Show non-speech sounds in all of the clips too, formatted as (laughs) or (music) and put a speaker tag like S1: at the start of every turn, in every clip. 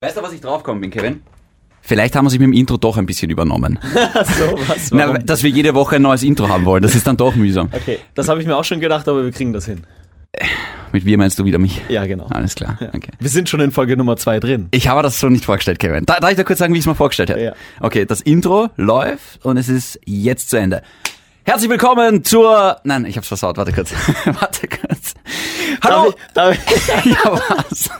S1: Weißt du, was ich draufgekommen bin, Kevin? Vielleicht haben wir sich mit dem Intro doch ein bisschen übernommen. (laughs)
S2: so, was?
S1: Na,
S2: Warum?
S1: dass wir jede Woche ein neues Intro haben wollen, das ist dann doch mühsam.
S2: okay, das habe ich mir auch schon gedacht, aber wir kriegen das hin.
S1: Mit wir meinst du wieder mich?
S2: Ja, genau.
S1: Alles klar, okay.
S2: Wir sind schon in Folge Nummer 2 drin.
S1: Ich habe das so nicht vorgestellt, Kevin. Da, darf ich dir kurz sagen, wie ich es mir vorgestellt hätte?
S2: Ja.
S1: Okay, das Intro läuft und es ist jetzt zu Ende. Herzlich willkommen zur... Nein, ich hab's versaut. Warte kurz. (laughs) Warte kurz. Hallo.
S2: Darf ich, darf
S1: (laughs)
S2: ich?
S1: Ja, was?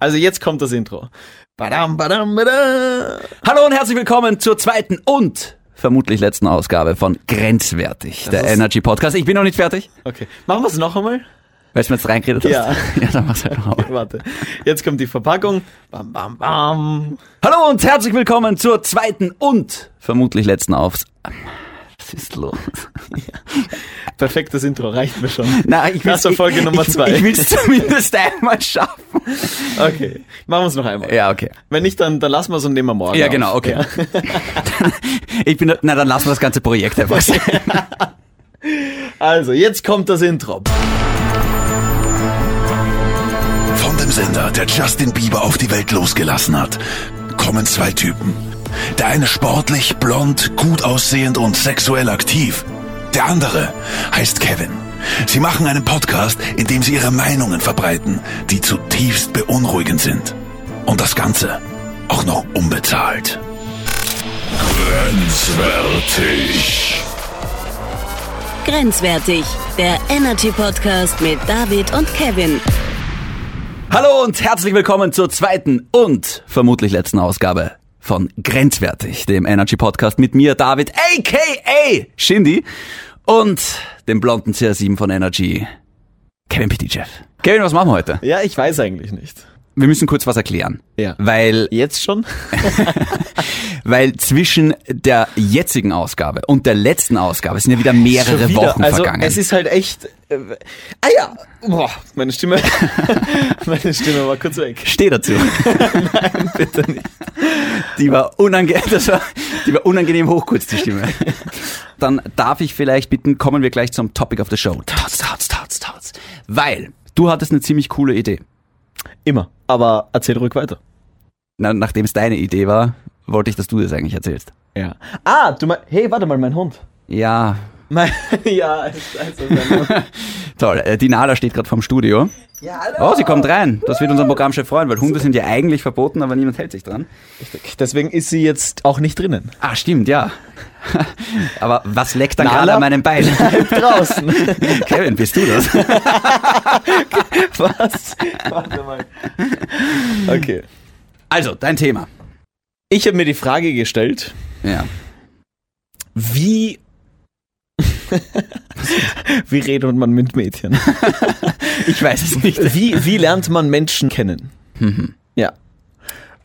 S2: Also jetzt kommt das Intro. Badam, badam, badam.
S1: Hallo und herzlich willkommen zur zweiten und vermutlich letzten Ausgabe von Grenzwertig, der
S2: ist-
S1: Energy Podcast. Ich bin noch nicht fertig.
S2: Okay, machen wir es noch einmal?
S1: Weil du mir jetzt reingeredet hast?
S2: Ja.
S1: (laughs) Ja, dann mach's halt noch.
S2: Warte, jetzt kommt die Verpackung. Bam, bam, bam.
S1: Hallo und herzlich willkommen zur zweiten und vermutlich letzten Aufs... Was ist los?
S2: Perfektes Intro, reicht mir schon.
S1: Na, ich
S2: Das war Folge Nummer
S1: ich,
S2: zwei.
S1: Ich will es zumindest einmal schaffen.
S2: Okay, machen wir es noch einmal.
S1: Ja, okay.
S2: Wenn nicht, dann, dann lassen wir es und nehmen wir morgen
S1: Ja,
S2: auf.
S1: genau, (laughs) okay. Ich bin, na dann lassen wir das ganze Projekt einfach (laughs) sein.
S2: Also, jetzt kommt das Intro.
S3: Von dem Sender, der Justin Bieber auf die Welt losgelassen hat, kommen zwei Typen. Der eine sportlich, blond, gut aussehend und sexuell aktiv. Der andere heißt Kevin. Sie machen einen Podcast, in dem sie ihre Meinungen verbreiten, die zutiefst beunruhigend sind. Und das Ganze auch noch unbezahlt. Grenzwertig.
S4: Grenzwertig, der Energy Podcast mit David und Kevin.
S1: Hallo und herzlich willkommen zur zweiten und vermutlich letzten Ausgabe von Grenzwertig, dem Energy Podcast mit mir, David, aka Shindy und dem blonden CR7 von Energy, Kevin Petitchev. Kevin, was machen wir heute?
S2: Ja, ich weiß eigentlich nicht.
S1: Wir müssen kurz was erklären.
S2: Ja.
S1: Weil,
S2: Jetzt schon?
S1: weil zwischen der jetzigen Ausgabe und der letzten Ausgabe sind ja wieder mehrere
S2: Schon wieder.
S1: Wochen
S2: also,
S1: vergangen.
S2: Es ist halt echt. Äh, ah ja! Boah, meine Stimme. (laughs) meine Stimme war kurz weg.
S1: Steh (laughs) dazu. Nein, bitte nicht. Die war, unange das war, die war unangenehm hoch kurz, die Stimme. Dann darf ich vielleicht bitten, kommen wir gleich zum Topic of the Show. Tots, tots, tots, tots. Weil du hattest eine ziemlich coole Idee.
S2: Immer. Aber erzähl ruhig weiter.
S1: Na, nachdem es deine Idee war, wollte ich, dass du das eigentlich erzählst.
S2: Ja. Ah, du meinst. Hey, warte mal, mein Hund.
S1: Ja,
S2: Mein, (laughs) ja, es- also mein Hund.
S1: toll. Äh, Die Nala steht gerade vorm Studio.
S2: Ja, hallo.
S1: Oh, sie kommt rein. Das wird unseren Programmchef freuen, weil Hunde sind ja eigentlich verboten, aber niemand hält sich dran.
S2: Deswegen ist sie jetzt auch nicht (laughs) drinnen.
S1: Ah, stimmt, ja. (laughs) Aber was leckt dann
S2: Nala?
S1: gerade an meinem Bein? (laughs)
S2: Draußen.
S1: Kevin, bist du das?
S2: (laughs) Was? Warte mal. Okay.
S1: Also, dein Thema.
S2: Ich habe mir die Frage gestellt,
S1: Ja.
S2: wie. (laughs) wie redet man mit Mädchen?
S1: Ich weiß es nicht.
S2: Wie, wie lernt man Menschen kennen? Ja.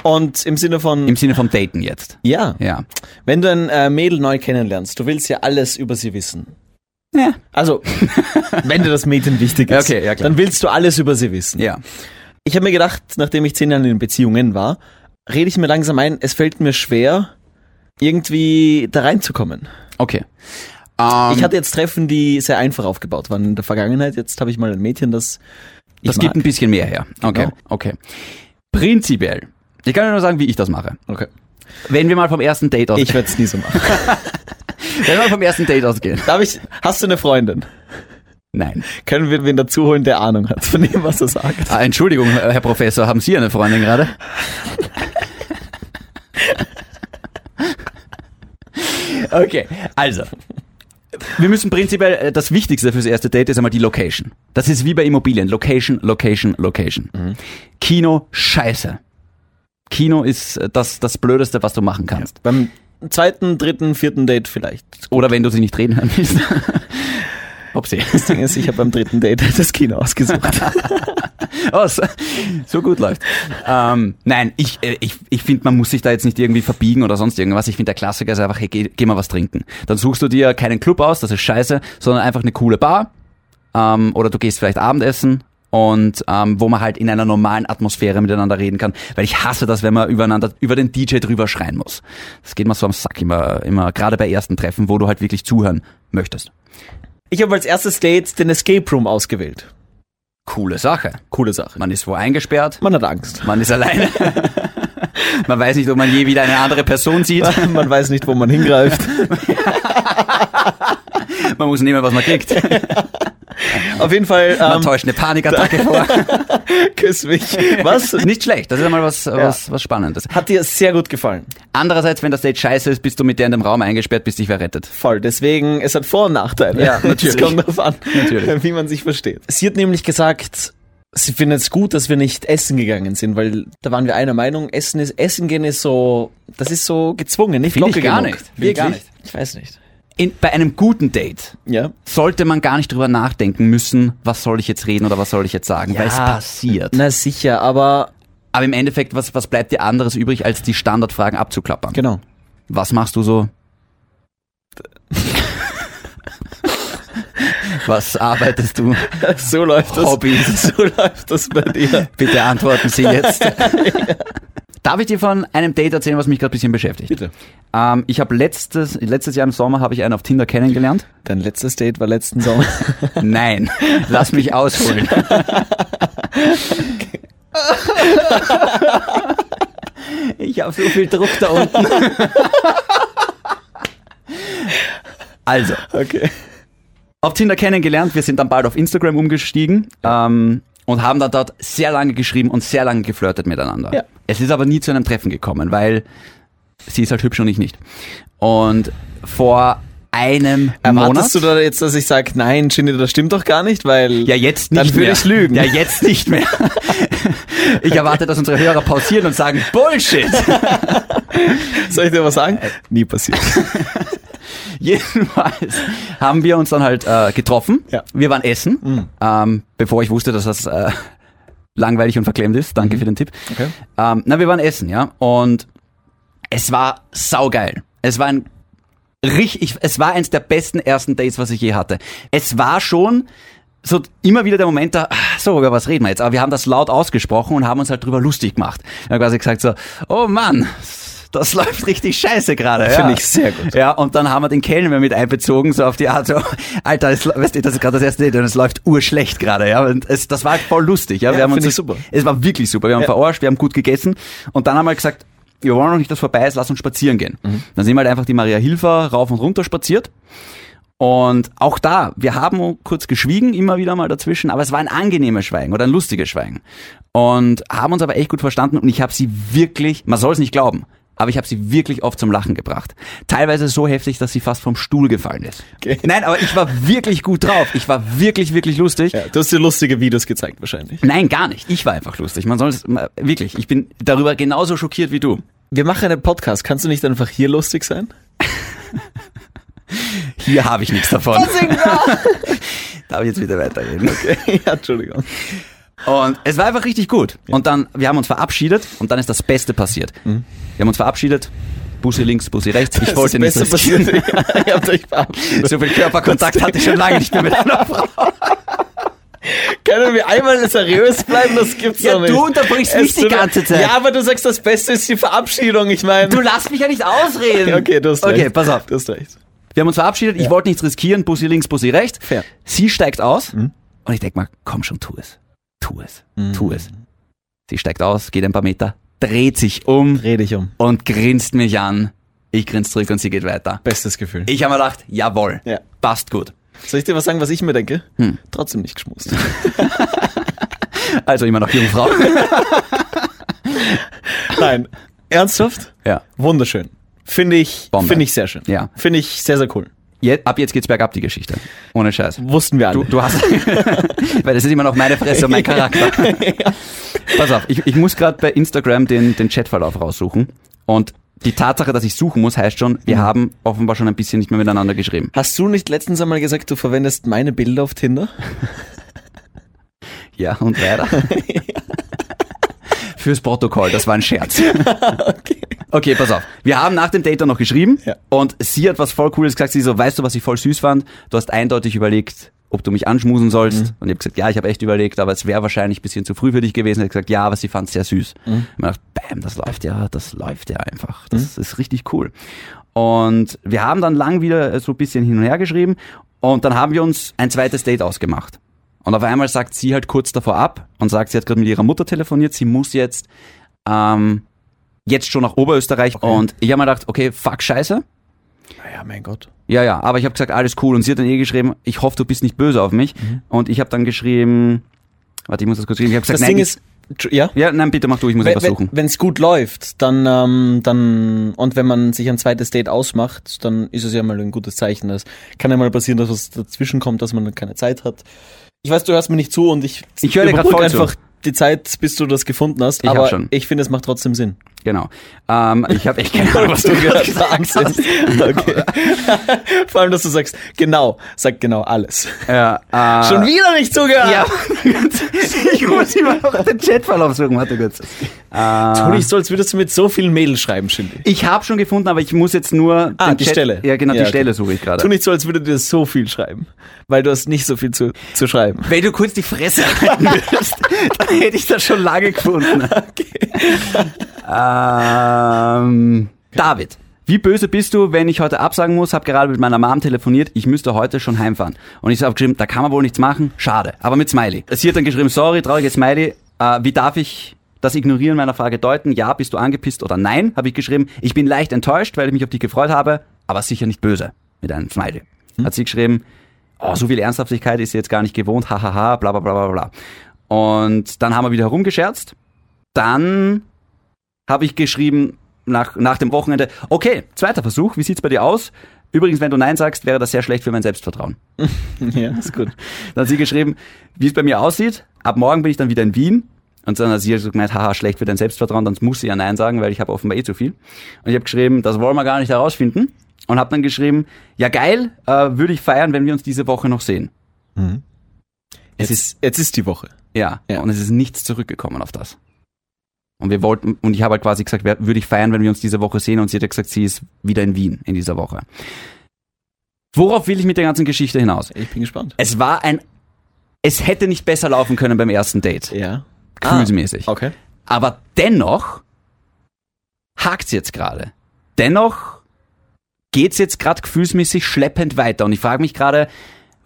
S2: Und im Sinne
S1: (laughs)
S2: von,
S1: Mhm. Im Sinne von Daten jetzt.
S2: ja,
S1: Ja.
S2: wenn du ein äh, Mädel neu kennenlernst, du willst ja alles über sie wissen.
S1: Ja. (laughs)
S2: Also, wenn dir das Mädchen wichtig ist,
S1: Okay, ja, klar.
S2: dann willst du alles über sie wissen.
S1: Ja.
S2: Ich habe mir gedacht, nachdem ich zehn Jahre in Beziehungen war, rede ich mir langsam ein, es fällt mir schwer, irgendwie da reinzukommen.
S1: Okay. Ähm,
S2: Ich hatte jetzt Treffen, die sehr einfach aufgebaut waren in der Vergangenheit. Jetzt habe ich mal ein Mädchen, das ich
S1: das
S2: mag.
S1: gibt ein bisschen mehr her. Okay.
S2: Genau.
S1: Okay. Prinzipiell. Ich kann dir nur sagen, wie ich das mache.
S2: Okay.
S1: Wenn wir mal vom ersten Date aus,
S2: Ich werde es nie so machen.
S1: (laughs) wenn wir mal vom ersten Date ausgehen.
S2: Darf ich, hast du eine Freundin?
S1: Nein.
S2: Können wir wen dazuholen, der Ahnung hat von dem, was er sagt?
S1: Ah, Entschuldigung, Herr Professor, haben Sie eine Freundin gerade? Okay, also. Wir müssen prinzipiell, äh, das Wichtigste fürs erste Date ist einmal die Location. Das ist wie bei Immobilien. Location, Location, Location. Kino, scheiße. Kino ist äh, das, das Blödeste, was du machen kannst.
S2: Beim zweiten, dritten, vierten Date vielleicht.
S1: Oder wenn du sie nicht reden hören willst. (laughs) Hopsi.
S2: Das Ding ist, ich habe beim dritten Date (laughs) das Kino ausgesucht.
S1: Oh, so, (laughs) so gut läuft. Ähm, nein, ich, äh, ich, ich finde, man muss sich da jetzt nicht irgendwie verbiegen oder sonst irgendwas. Ich finde, der Klassiker ist einfach, hey, geh, geh mal was trinken. Dann suchst du dir keinen Club aus, das ist scheiße, sondern einfach eine coole Bar. Ähm, oder du gehst vielleicht Abendessen und ähm, wo man halt in einer normalen Atmosphäre miteinander reden kann. Weil ich hasse das, wenn man übereinander, über den DJ drüber schreien muss. Das geht mir so am Sack immer, immer gerade bei ersten Treffen, wo du halt wirklich zuhören möchtest.
S2: Ich habe als erstes Date den Escape Room ausgewählt.
S1: Coole Sache.
S2: Coole Sache.
S1: Man ist wo eingesperrt,
S2: Man hat Angst. (laughs)
S1: man ist alleine. Man weiß nicht, ob man je wieder eine andere Person sieht.
S2: Man weiß nicht, wo man hingreift.
S1: Man muss nehmen, was man kriegt.
S2: Auf jeden
S1: Man
S2: Fall
S1: täuscht eine Panikattacke
S2: (laughs)
S1: vor.
S2: ähm, küss mich. Was?
S1: Nicht schlecht, das ist einmal was, was, was Spannendes.
S2: Hat dir sehr gut gefallen.
S1: Andererseits, wenn das Date scheiße ist, bist du mit der in dem Raum eingesperrt, bist dich verrettet.
S2: Voll. Deswegen, es hat Vor- und Nachteile. (laughs)
S1: Ja, natürlich.
S2: Es kommt darauf an,
S1: Natürlich.
S2: wie man sich versteht. Sie hat nämlich gesagt, sie findet es gut, dass wir nicht essen gegangen sind, weil da waren wir einer Meinung, Essen ist, Essen gehen ist so, das ist so gezwungen, nicht
S1: Find ich
S2: locker
S1: gar
S2: genug.
S1: nicht. Find ich gar
S2: Wirklich? Ich weiß nicht.
S1: In, bei einem guten Date
S2: Ja.
S1: sollte man gar nicht drüber nachdenken müssen, was soll ich jetzt reden oder was soll ich jetzt sagen, weil es
S2: Ja.
S1: passiert.
S2: Na sicher, aber
S1: Aber im Endeffekt, was, was bleibt dir anderes übrig, als die Standardfragen abzuklappern?
S2: genau.
S1: Was machst du so? was arbeitest du?
S2: (laughs) So läuft das.
S1: Hobbys.
S2: (laughs) So läuft das bei dir.
S1: Bitte antworten Sie (laughs) jetzt. Darf ich dir von einem Date erzählen, was mich gerade ein bisschen beschäftigt?
S2: Bitte.
S1: Ähm, ich habe letztes, letztes Jahr im Sommer habe ich einen auf Tinder kennengelernt.
S2: Dein letztes Date war letzten Sommer.
S1: Nein, lass mich ausholen. Ich habe so viel Druck da unten. Also,
S2: (laughs) Okay.
S1: auf Tinder kennengelernt, wir sind dann bald auf Instagram umgestiegen ähm, und haben dann dort sehr lange geschrieben und sehr lange geflirtet miteinander.
S2: Ja.
S1: Es ist aber nie zu einem Treffen gekommen, weil sie ist halt hübsch und ich nicht. Und vor einem Monat...
S2: Erwartest du da jetzt, dass ich sage, nein, Shindy, das stimmt doch gar nicht, weil
S1: Ja, jetzt nicht
S2: Dann würde
S1: mehr.
S2: ich lügen.
S1: Ja, jetzt nicht
S2: (laughs)
S1: mehr. Ich erwarte, dass unsere Hörer pausieren und sagen, Bullshit.
S2: (laughs) soll ich dir was sagen? Nie passiert.
S1: (laughs) Jedenfalls haben wir uns dann halt äh, getroffen.
S2: Ja. Mhm.
S1: Wir waren essen, ähm, bevor ich wusste, dass das äh, langweilig und verklemmt ist. Danke für den Tipp.
S2: Mhm. Okay.
S1: Ähm, na, wir waren essen, ja. Und es war saugeil. Es war ein richtig, ich- es war eins der besten ersten Dates, was ich je hatte. Es war schon so immer wieder der Moment da, ah, so, über was reden wir jetzt? Aber wir haben das laut ausgesprochen und haben uns halt drüber lustig gemacht. Wir haben quasi gesagt so, oh Mann, das läuft richtig scheiße gerade. Ja.
S2: Finde ich sehr
S1: (laughs)
S2: gut.
S1: Ja, und dann haben wir den Kellner mit einbezogen, so auf die Art, so, Alter, es, weißt du, das ist gerade das erste Date und es läuft urschlecht gerade, ja. Und es, das war voll lustig, ja.
S2: Ja,
S1: wir haben uns
S2: finde
S1: das-
S2: ich super.
S1: Es war wirklich super. Wir haben
S2: Ja.
S1: verarscht, wir haben gut gegessen und dann haben wir gesagt, wir wollen noch nicht, dass vorbei ist, lass uns spazieren gehen.
S2: Mhm.
S1: Dann sind wir halt einfach die Maria Hilfer rauf und runter spaziert. Und auch da, wir haben kurz geschwiegen, immer wieder mal dazwischen, aber es war ein angenehmes Schweigen oder ein lustiges Schweigen. Und haben uns aber echt gut verstanden und ich habe sie wirklich, man soll es nicht glauben, aber ich habe sie wirklich oft zum Lachen gebracht. Teilweise so heftig, dass sie fast vom Stuhl gefallen ist.
S2: Okay.
S1: Nein, aber ich war wirklich gut drauf. Ich war wirklich, wirklich lustig.
S2: Ja, du hast dir lustige Videos gezeigt wahrscheinlich.
S1: Nein, gar nicht. Ich war einfach lustig. Man soll es, wirklich, ich bin darüber genauso schockiert wie du.
S2: Wir machen einen Podcast. Kannst du nicht einfach hier lustig sein?
S1: Hier habe ich nichts davon. (laughs) Darf ich jetzt wieder weiterreden?
S2: (laughs) ja, Entschuldigung.
S1: Und es war einfach richtig gut. Und dann, wir haben uns verabschiedet und dann ist das Beste passiert.
S2: Mhm.
S1: Wir haben uns verabschiedet. Bussi links, Bussi rechts. Ich wollte nicht
S2: Beste
S1: riskieren.
S2: passiert. (laughs) ich hab dich verabschiedet.
S1: So viel Körperkontakt hatte ich schon lange nicht mehr mit einer Frau.
S2: Können wir einmal seriös bleiben? Das gibt's
S1: Ja,
S2: doch nicht.
S1: du unterbrichst
S2: Es
S1: mich die
S2: tut mir-
S1: ganze Zeit.
S2: Ja, aber du sagst, das Beste ist die Verabschiedung. Ich meine.
S1: Du lass mich ja nicht ausreden.
S2: Okay, du hast recht.
S1: Okay, pass auf.
S2: Du hast recht.
S1: Wir haben uns verabschiedet. Ich wollte nichts riskieren. Bussi links, Bussi rechts.
S2: Fair. Mhm.
S1: Sie steigt aus. Und ich denk mal, komm schon, tu es. Tu es. Tu es. Sie steigt aus, geht ein paar Meter, dreht sich um
S2: Dreh dich um.
S1: und grinst mich an. Ich grinst zurück und sie geht weiter.
S2: Bestes Gefühl.
S1: Ich habe mir gedacht, jawohl,
S2: Ja.
S1: passt gut.
S2: Soll ich dir was sagen, was ich mir denke? Trotzdem nicht geschmust.
S1: Also immer noch Jungfrau.
S2: Nein. (laughs) Ernsthaft?
S1: ja.
S2: Wunderschön. Finde ich,
S1: Bombe.
S2: finde ich sehr schön.
S1: Ja.
S2: Finde ich sehr, sehr cool.
S1: Je, ab jetzt geht's bergab, die Geschichte. Ohne Scheiß.
S2: Wussten wir alle.
S1: Du, du hast. (laughs) weil das ist immer noch meine Fresse und mein Charakter. Pass auf, ich, ich muss gerade bei Instagram den, den Chatverlauf raussuchen. Und die Tatsache, dass ich suchen muss, heißt schon, wir haben offenbar schon ein bisschen nicht mehr miteinander geschrieben.
S2: Hast du nicht letztens einmal gesagt, du verwendest meine Bilder auf Tinder?
S1: Ja, und (laughs) weiter. Fürs Protokoll, das war ein Scherz. (laughs) Okay, pass auf. Wir haben nach dem Date dann noch geschrieben
S2: Ja.
S1: und sie hat was voll Cooles gesagt. Sie so, weißt du, was ich voll süß fand? Du hast eindeutig überlegt, ob du mich anschmusen sollst. Und ich habe gesagt, ja, ich habe echt überlegt, aber es wäre wahrscheinlich ein bisschen zu früh für dich gewesen. Ich gesagt, ja, aber sie fand es sehr süß. Mhm. Ich hab mir gedacht, bam, das läuft ja, das läuft ja einfach. Das ist richtig cool. Und wir haben dann lang wieder so ein bisschen hin und her geschrieben und dann haben wir uns ein zweites Date ausgemacht. Und auf einmal sagt sie halt kurz davor ab und sagt, sie hat gerade mit ihrer Mutter telefoniert, sie muss jetzt ähm, jetzt schon nach Oberösterreich und ich habe mir gedacht, okay, fuck Scheiße.
S2: Naja, mein Gott.
S1: Ja, ja, aber ich habe gesagt, alles cool. Und sie hat dann eh geschrieben, ich hoffe, du bist nicht böse auf mich. Und ich habe dann geschrieben, warte, ich muss das kurz schreiben. Ich habe gesagt,
S2: Mhm.
S1: nein,
S2: Das Ding
S1: ich,
S2: ist, tsch- ja?
S1: ja, nein, bitte mach du, ich muss etwas suchen.
S2: Wenn es gut läuft, dann, ähm, dann, und wenn man sich ein zweites Date ausmacht, dann ist es ja mal ein gutes Zeichen. Es kann ja mal passieren, dass was dazwischen kommt, dass man keine Zeit hat. Ich weiß, du hörst mir nicht zu und ich,
S1: Ich höre dir grad
S2: überbrück
S1: voll zu.
S2: einfach die Zeit, bis du das gefunden hast.
S1: Ich hab
S2: aber
S1: schon.
S2: ich finde, es macht trotzdem Sinn.
S1: Genau. Ähm, ich habe echt
S2: (laughs)
S1: keine Ahnung, was du
S2: gerade
S1: gesagt
S2: gesagt
S1: hast.
S2: hast. Okay. (laughs) Vor allem, dass du sagst, genau, sag genau alles.
S1: Ja, äh,
S2: Schon wieder nicht zugehört.
S1: Ja, (laughs) ich muss immer noch den Chatverlauf suchen, warte
S2: (laughs)
S1: kurz. Ähm,
S2: Tu nicht so, als würdest du mit so vielen Mädels schreiben, Shindy.
S1: Ich habe schon gefunden, aber ich muss jetzt nur
S2: Ah,
S1: den
S2: die
S1: Chat-
S2: Stelle.
S1: Ja, genau,
S2: Ja,
S1: die
S2: okay.
S1: Stelle suche ich gerade.
S2: Tu nicht so, als würdet ihr so viel schreiben, weil du hast nicht so viel zu, zu schreiben.
S1: Wenn du kurz die Fresse halten würdest, (laughs) dann hätte ich das schon lange gefunden. Ähm, David. Wie böse bist du, wenn ich heute absagen muss? Hab gerade mit meiner Mom telefoniert, ich müsste heute schon heimfahren. Und ich habe geschrieben, da kann man wohl nichts machen, schade. Aber mit Smiley. Sie hat dann geschrieben, sorry, trauriges Smiley, äh, wie darf ich das Ignorieren meiner Frage deuten? Ja, bist du angepisst oder nein? Habe ich geschrieben, ich bin leicht enttäuscht, weil ich mich auf dich gefreut habe, aber sicher nicht böse. Mit einem Smiley. Hat sie geschrieben, oh, so viel Ernsthaftigkeit ist sie jetzt gar nicht gewohnt, hahaha, bla bla bla bla bla. Und dann haben wir wieder herumgescherzt. Dann habe ich geschrieben nach, nach dem Wochenende, okay, zweiter Versuch, wie sieht's bei dir aus? Übrigens, wenn du Nein sagst, wäre das sehr schlecht für mein Selbstvertrauen.
S2: (laughs) Ja, ist gut.
S1: Dann hat sie geschrieben, wie es bei mir aussieht, ab morgen bin ich dann wieder in Wien. Und dann hat sie also gemeint, haha, schlecht für dein Selbstvertrauen, dann muss sie ja Nein sagen, weil ich habe offenbar eh zu viel. Und ich habe geschrieben, das wollen wir gar nicht herausfinden. Und habe dann geschrieben, ja geil, äh, würde ich feiern, wenn wir uns diese Woche noch sehen.
S2: Es ist, jetzt ist die Woche.
S1: Ja,
S2: Ja.
S1: und es ist nichts zurückgekommen auf das. Und wir wollten, und ich habe halt quasi gesagt, wer- würde ich feiern, wenn wir uns diese Woche sehen, und sie hat gesagt, sie ist wieder in Wien in dieser Woche. Worauf will ich mit der ganzen Geschichte hinaus?
S2: Ich bin gespannt.
S1: Es war ein, es hätte nicht besser laufen können beim ersten Date,
S2: Ja.
S1: gefühlsmäßig.
S2: Ah. Okay.
S1: Aber dennoch hakt's jetzt gerade. Dennoch geht's jetzt gerade gefühlsmäßig schleppend weiter. Und ich frage mich gerade,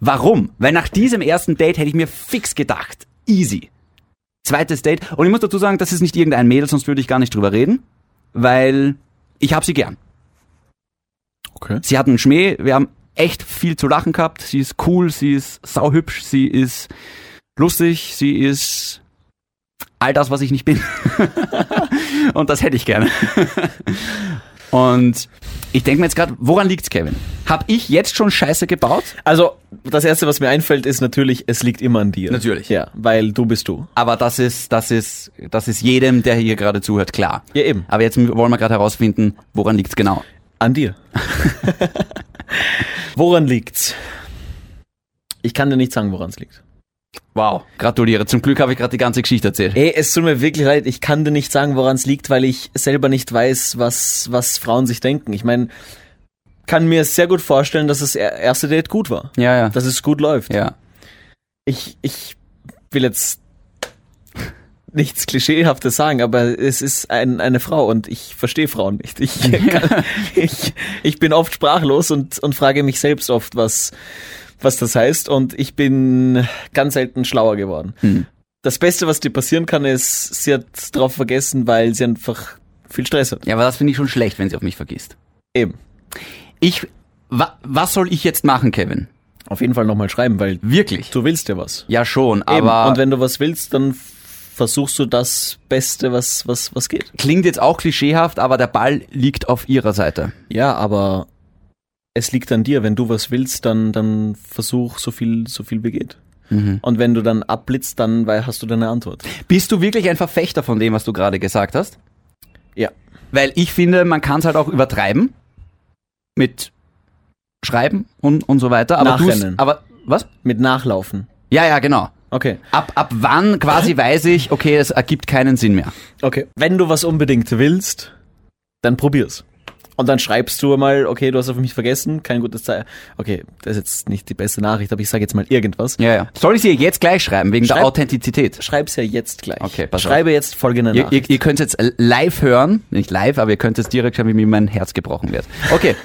S1: warum? Weil nach diesem ersten Date hätte ich mir fix gedacht, easy. Zweites Date. Und ich muss dazu sagen, das ist nicht irgendein Mädel, sonst würde ich gar nicht drüber reden, weil ich hab sie gern.
S2: Okay.
S1: Sie hat einen Schmäh, wir haben echt viel zu lachen gehabt. Sie ist cool, sie ist sauhübsch, sie ist lustig, sie ist all das, was ich nicht bin. (laughs) Und das hätte ich gerne. (laughs) Und ich denke mir jetzt gerade, woran liegt's, Kevin? Hab ich jetzt schon Scheiße gebaut?
S2: Also, das erste, was mir einfällt, ist natürlich, es liegt immer an dir.
S1: Natürlich.
S2: Ja, weil du bist du.
S1: Aber das ist, das ist, das ist jedem, der hier gerade zuhört, klar.
S2: Ja, eben.
S1: Aber jetzt wollen wir gerade herausfinden, woran liegt's genau.
S2: An dir. woran liegt's? Ich kann dir nicht sagen, woran es liegt.
S1: Wow. Gratuliere. Zum Glück habe ich gerade die ganze Geschichte erzählt.
S2: Ey, es tut mir wirklich leid, ich kann dir nicht sagen, woran es liegt, weil ich selber nicht weiß, was, was Frauen sich denken. Ich meine, kann mir sehr gut vorstellen, dass das er- erste Date gut war.
S1: Ja, ja.
S2: Dass es gut läuft.
S1: Ja.
S2: Ich, ich will jetzt nichts Klischeehaftes sagen, aber es ist ein, eine Frau und ich verstehe Frauen nicht. Ich, kann, ich, ich bin oft sprachlos und, und frage mich selbst oft, was, was das heißt und ich bin ganz selten schlauer geworden.
S1: Hm.
S2: Das Beste, was dir passieren kann, ist, sie hat drauf vergessen, weil sie einfach viel Stress hat.
S1: Ja, aber das finde ich schon schlecht, wenn sie auf mich vergisst.
S2: Eben.
S1: Ich, wa, was soll ich jetzt machen, Kevin?
S2: Auf jeden Fall nochmal schreiben, weil
S1: Wirklich?
S2: du willst ja was.
S1: Ja, schon,
S2: Eben.
S1: aber
S2: und wenn du was willst, dann versuchst du das Beste, was, was, was geht.
S1: klingt jetzt auch klischeehaft, aber der Ball liegt auf ihrer Seite.
S2: Ja, aber es liegt an dir. Wenn du was willst, dann, dann versuch so viel, so viel wie geht.
S1: Mhm.
S2: Und wenn du dann abblitzt, dann wei- hast du deine Antwort.
S1: Bist du wirklich ein Verfechter von dem, was du gerade gesagt hast?
S2: Ja.
S1: Weil ich finde, man kann es halt auch übertreiben mit Schreiben und, und so weiter. Aber du's-
S2: Nachrennen.
S1: aber was?
S2: Mit Nachlaufen.
S1: Ja, ja, genau.
S2: Okay.
S1: Ab, ab wann
S2: (laughs)
S1: quasi weiß ich, okay, es ergibt keinen Sinn mehr.
S2: Okay. Wenn du was unbedingt willst, dann probier's. Und dann schreibst du mal, okay, du hast auf mich vergessen, kein gutes Zeichen. Okay, das ist jetzt nicht die beste Nachricht, aber ich sage jetzt mal irgendwas.
S1: Ja, ja. Soll ich sie ihr jetzt gleich schreiben, wegen
S2: Schreib-
S1: der Authentizität?
S2: Schreib's ja jetzt gleich.
S1: Okay, pass auf.
S2: Schreibe jetzt folgende
S1: Ihr,
S2: Nachricht.
S1: ihr,
S2: (laughs)
S1: ihr könnt jetzt live hören, nicht live, aber ihr könnt es direkt hören, wie mir mein Herz gebrochen wird. Okay,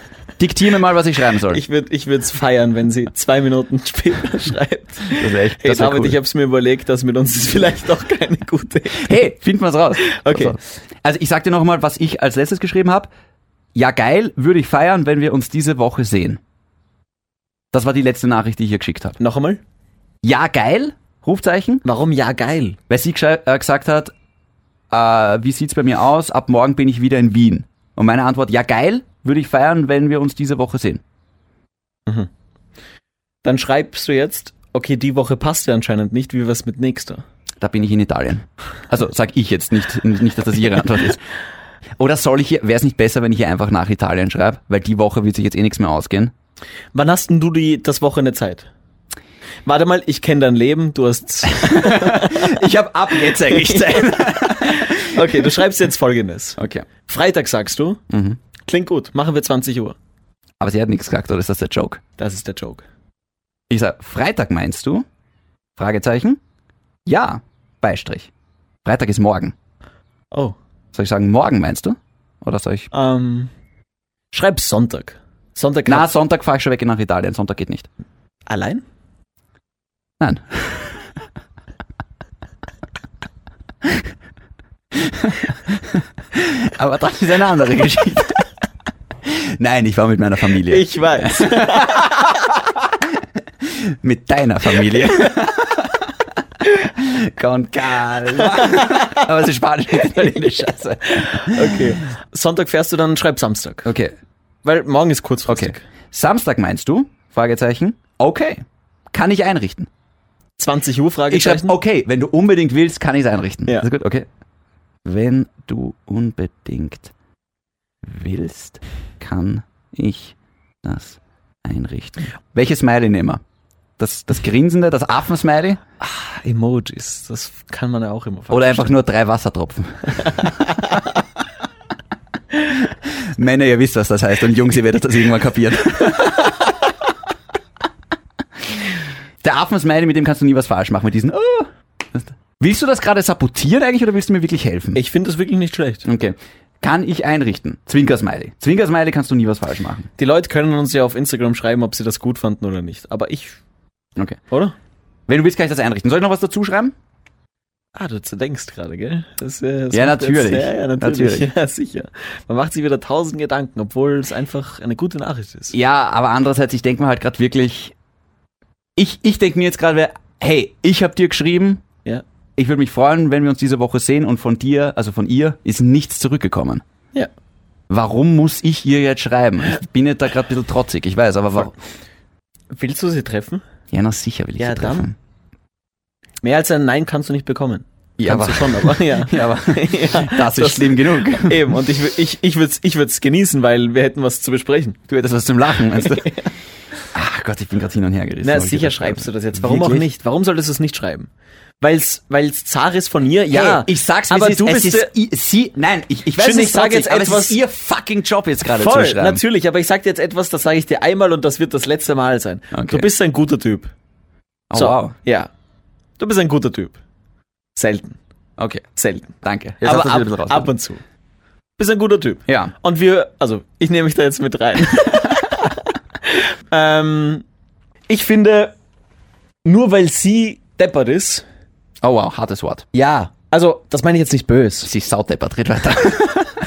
S1: Diktier mir mal, was ich schreiben soll.
S2: Ich würde ich würd's feiern, wenn sie zwei Minuten (laughs) später schreibt.
S1: das wär echt,
S2: Hey
S1: das wär
S2: David,
S1: cool.
S2: ich hab's mir überlegt, dass mit uns ist vielleicht auch keine gute.
S1: Hey, finden wir's raus.
S2: Okay.
S1: Also, also ich sag dir nochmal, was ich als letztes geschrieben habe. Ja, geil, würde ich feiern, wenn wir uns diese Woche sehen. Das war die letzte Nachricht, die ich ihr geschickt habe.
S2: Noch einmal?
S1: Ja, geil? Rufzeichen.
S2: Warum ja geil?
S1: Weil sie geschei- äh, gesagt hat, äh, wie sieht's bei mir aus? Ab morgen bin ich wieder in Wien. Und meine Antwort, ja, geil, würde ich feiern, wenn wir uns diese Woche sehen.
S2: Dann schreibst du jetzt, okay, die Woche passt ja anscheinend nicht, wie was mit nächster?
S1: Da bin ich in Italien. Also sag ich jetzt nicht, nicht dass das ihre Antwort ist. Oder soll ich, wäre es nicht besser, wenn ich ihr einfach nach Italien schreibe? Weil die Woche wird sich jetzt eh nichts mehr ausgehen.
S2: Wann hast denn du die, das Wochenende Zeit? Warte mal, ich kenne dein Leben, du hast...
S1: Ich habe ab (laughs) jetzt eigentlich Zeit.
S2: (laughs) Okay, du schreibst jetzt folgendes.
S1: Okay.
S2: Freitag sagst du,
S1: Mhm.
S2: klingt gut, machen wir 20 Uhr.
S1: Aber sie hat nichts gesagt, oder ist das der Joke?
S2: Das ist der Joke.
S1: Ich sag, Freitag meinst du? Fragezeichen? Ja. Beistrich. Freitag ist morgen.
S2: Oh,
S1: Soll ich sagen, morgen meinst du? Oder soll ich.
S2: ähm, schreib Sonntag. Sonntag
S1: Na,
S2: hat-
S1: Sonntag fahr ich schon weg nach Italien. Sonntag geht nicht.
S2: allein?
S1: Nein. Aber das ist eine (laughs) andere Geschichte. Nein, ich war mit meiner Familie.
S2: Ich weiß.
S1: (laughs) Mit deiner Familie. Con calma. Aber es ist Spanisch, nicht Italienisch. also. Scheiße.
S2: Okay. Sonntag fährst du dann, schreib Samstag.
S1: Okay,
S2: Weil morgen ist kurzfristig.
S1: okay. Samstag meinst du? Fragezeichen. Okay. Kann ich einrichten.
S2: 20 Uhr
S1: Ich
S2: Fragezeichen.
S1: schreibe, okay, wenn du unbedingt willst, kann ich es einrichten.
S2: Ja.
S1: Ist gut, okay. Wenn du unbedingt willst, kann ich das einrichten. Welches Smiley nehmen wir? Das, das grinsende, das Affen-Smiley?
S2: Emojis, das kann man ja auch immer
S1: Oder einfach nur drei Wassertropfen? Männer, ihr wisst, was das heißt. Und Jungs, ihr werdet das irgendwann kapieren. Der Affen-Smiley, mit dem kannst du nie was falsch machen. Mit diesen... Oh. Willst du das gerade sabotieren eigentlich oder willst du mir wirklich helfen?
S2: Ich finde das wirklich nicht schlecht.
S1: Okay. Kann ich einrichten? Zwinker-Smiley. Zwinker-Smiley kannst du nie was falsch machen.
S2: Die Leute können uns ja auf Instagram schreiben, ob sie das gut fanden oder nicht. Aber ich,
S1: Okay.
S2: oder?
S1: Wenn du willst, kann ich das einrichten. Soll ich noch was dazu schreiben?
S2: Ah, du zerdenkst gerade, gell? Das, äh, das
S1: Ja,
S2: macht
S1: natürlich.
S2: Jetzt, ja, ja, natürlich.
S1: Natürlich.
S2: (laughs) Ja, sicher. Man macht sich wieder tausend Gedanken, obwohl es einfach eine gute Nachricht ist.
S1: Ja, aber andererseits, ich denke mir halt gerade wirklich... Ich, ich denke mir jetzt gerade, hey, ich habe dir geschrieben,
S2: Ja.
S1: ich würde mich freuen, wenn wir uns diese Woche sehen und von dir, also von ihr, ist nichts zurückgekommen.
S2: Ja.
S1: Warum muss ich ihr jetzt schreiben? Ich bin jetzt da gerade ein bisschen trotzig, ich weiß, aber warum?
S2: Willst du sie treffen?
S1: Ja, na sicher will ich
S2: Ja,
S1: sie treffen.
S2: Mehr als ein Nein kannst du nicht bekommen.
S1: Ja,
S2: kannst
S1: aber,
S2: du schon, (laughs) aber ja.
S1: ja, aber
S2: ja
S1: das ist schlimm genug.
S2: Eben, und ich, wü- ich, ich würde es ich würd's genießen, weil wir hätten was zu besprechen.
S1: Du hättest was zum Lachen, meinst
S2: (laughs)
S1: du? Ach Gott, ich bin gerade hin und her gerissen.
S2: Na,
S1: hab ich
S2: sicher
S1: gedacht.
S2: schreibst du das jetzt. Warum
S1: Wirklich?
S2: auch nicht? Warum solltest du es nicht schreiben? Weil's, weil's zar ist von mir? Ja.
S1: Hey, ich sag's mir,
S2: aber
S1: es ist,
S2: du
S1: es
S2: bist
S1: ist i- sie, nein, ich, ich weiß
S2: Schön,
S1: nicht,
S2: ich sag
S1: trotzig,
S2: jetzt
S1: aber
S2: etwas-
S1: es ist ihr fucking Job jetzt gerade zu
S2: voll,
S1: schreiben.
S2: natürlich, aber ich sag dir jetzt etwas, das sage ich dir einmal und das wird das letzte Mal sein.
S1: Okay.
S2: Du bist ein guter Typ.
S1: Oh, wow.
S2: Ja. Du bist ein guter Typ. Selten,
S1: Okay,
S2: selten.
S1: danke.
S2: aber
S1: hast du's wieder ein bisschen
S2: ab, ab
S1: rausgeholt.
S2: und zu. Bist ein guter Typ.
S1: Ja.
S2: Und wir, also ich nehme mich da jetzt mit
S1: (laughs)
S2: rein. ähm, ich finde, nur weil sie deppert ist,
S1: Oh wow, hartes Wort.
S2: ja, also das meine ich jetzt nicht böse.
S1: Sie ist saudeppert, red weiter. (laughs)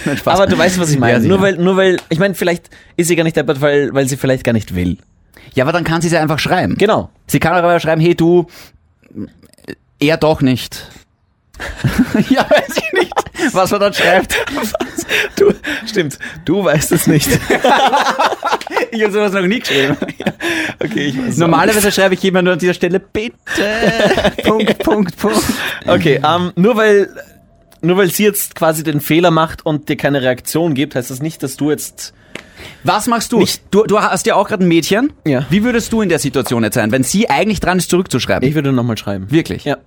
S1: Nein, Spaß.
S2: Aber du weißt, was ich meine.
S1: Ja, sicher.
S2: nur weil, nur weil, ich meine, vielleicht ist sie gar nicht deppert, weil, weil sie vielleicht gar nicht will.
S1: ja, aber dann kann sie es ja einfach schreiben.
S2: Genau.
S1: Sie kann aber schreiben, hey du, er doch nicht. (laughs) ja, weiß ich nicht, was man dann schreibt.
S2: Du, stimmt. Du weißt es nicht.
S1: Ich habe sowas noch nie (laughs) geschrieben.
S2: (laughs) Okay, ich weiß
S1: Normalerweise schreibe ich jemand nur an dieser Stelle, (laughs) bitte, Punkt, Punkt, Punkt.
S2: Okay, ähm, nur weil, nur weil sie jetzt quasi den Fehler macht und dir keine Reaktion gibt, heißt das nicht, dass du jetzt,
S1: Was machst du? du, du hast ja auch gerade ein Mädchen.
S2: Ja.
S1: Wie würdest du in der Situation jetzt sein, wenn sie eigentlich dran ist, zurückzuschreiben?
S2: ich würde nochmal schreiben.
S1: Wirklich?
S2: Ja.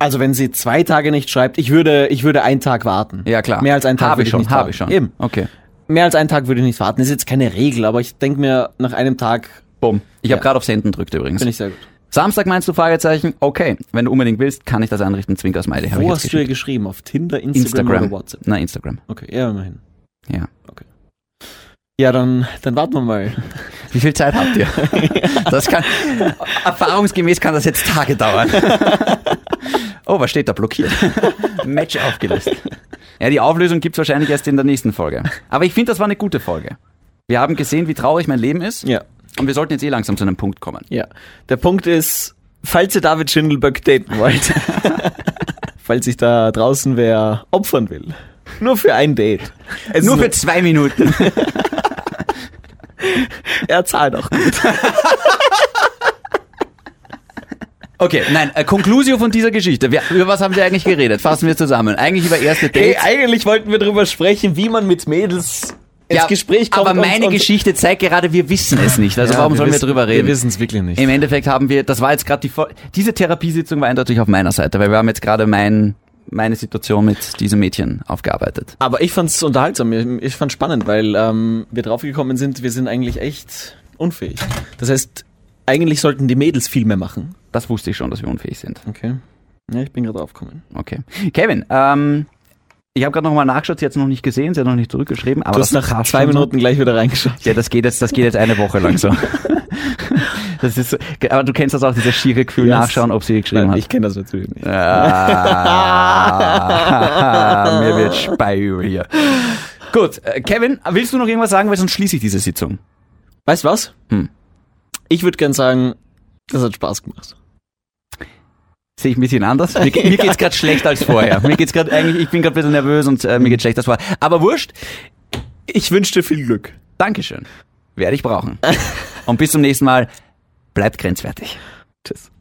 S2: Also wenn sie zwei Tage nicht schreibt, ich würde, ich würde einen Tag warten.
S1: Ja, klar.
S2: Mehr als einen Tag
S1: Habe
S2: würde
S1: ich schon,
S2: nicht
S1: habe
S2: warten.
S1: ich schon.
S2: Eben.
S1: Okay.
S2: Mehr als einen Tag würde ich nicht warten. Ist jetzt keine Regel, aber ich denke mir, nach einem Tag
S1: Bumm. Ich habe
S2: Ja.
S1: gerade auf Senden gedrückt übrigens.
S2: bin ich sehr gut.
S1: Samstag meinst du Fragezeichen? Okay, wenn du unbedingt willst, kann ich das einrichten. Zwinker Smiley. Hab ich
S2: Wo
S1: jetzt
S2: hast du ihr
S1: geschickt.
S2: geschrieben? Auf Tinder, Instagram,
S1: Instagram.
S2: oder WhatsApp?
S1: Na Instagram.
S2: Okay, ja, immerhin.
S1: Ja.
S2: Ja, dann, dann warten wir mal.
S1: Wie viel Zeit habt ihr?
S2: (laughs)
S1: Das kann, erfahrungsgemäß kann das jetzt Tage dauern. Oh, was steht da? Blockiert. Match aufgelöst. Ja, die Auflösung gibt's wahrscheinlich erst in der nächsten Folge. Aber ich finde, das war eine gute Folge. Wir haben gesehen, wie traurig mein Leben ist.
S2: Ja,
S1: Und wir sollten jetzt eh langsam zu einem Punkt kommen.
S2: ja. Der Punkt ist, falls ihr David Schindelböck daten (laughs) wollt, falls sich da draußen wer opfern will, nur für ein Date. Es
S1: Nur
S2: ist-
S1: für zwei Minuten.
S2: er zahlt auch gut.
S1: Okay, nein, äh, Conclusio von dieser Geschichte. Wir, über was haben wir eigentlich geredet? Fassen wir zusammen. Eigentlich über erste
S2: Hey,
S1: Dates.
S2: eigentlich wollten wir drüber sprechen, wie man mit Mädels ins
S1: Ja,
S2: Gespräch kommt.
S1: Aber
S2: und-
S1: meine
S2: und-
S1: Geschichte zeigt gerade, wir wissen es nicht. Also
S2: Ja,
S1: warum
S2: wir
S1: sollen
S2: wissen-
S1: wir drüber reden?
S2: Wir wissen es wirklich nicht.
S1: Im Endeffekt haben wir, das war jetzt gerade die, Fol- diese Therapiesitzung war eindeutig auf meiner Seite, weil wir haben jetzt gerade mein, meine Situation mit diesem Mädchen aufgearbeitet.
S2: Aber ich fand's unterhaltsam, ich- ich fand's spannend, weil ähm, wir draufgekommen sind, wir sind eigentlich echt unfähig. Das heißt, eigentlich sollten die Mädels viel mehr machen.
S1: Das wusste ich schon, dass wir unfähig sind.
S2: Okay. Ja, ich bin gerade draufgekommen.
S1: Okay. Kevin, ähm, ich habe gerade nochmal nachgeschaut, sie hat es noch nicht gesehen, sie hat noch nicht zurückgeschrieben, aber
S2: Du hast
S1: das
S2: nach
S1: passt
S2: zwei
S1: schon so.
S2: Minuten gleich wieder reingeschaut.
S1: Ja, das geht jetzt, das geht jetzt eine Woche lang
S2: (laughs)
S1: so. Das ist, so- aber du kennst das auch, dieses schiere Gefühl
S2: Yes.
S1: nachschauen, ob sie geschrieben
S2: Nein,
S1: hat.
S2: ich kenne das natürlich nicht.
S1: Ah, mir wird Spei über hier. Gut, äh, Kevin, willst du noch irgendwas sagen, weil sonst schließe ich diese Sitzung.
S2: Weißt du was?
S1: Hm.
S2: Ich würde gern sagen, das hat Spaß gemacht.
S1: Sehe ich ein bisschen anders. Mir, ge- mir geht's gerade schlechter als vorher. Mir geht's gerade eigentlich, ich bin gerade ein bisschen nervös und äh, mir geht's schlechter als vorher. Aber wurscht,
S2: Ich wünsche dir viel Glück. (laughs)
S1: Dankeschön. Werde ich brauchen. Und bis zum nächsten Mal. Bleibt grenzwertig.
S2: Tschüss.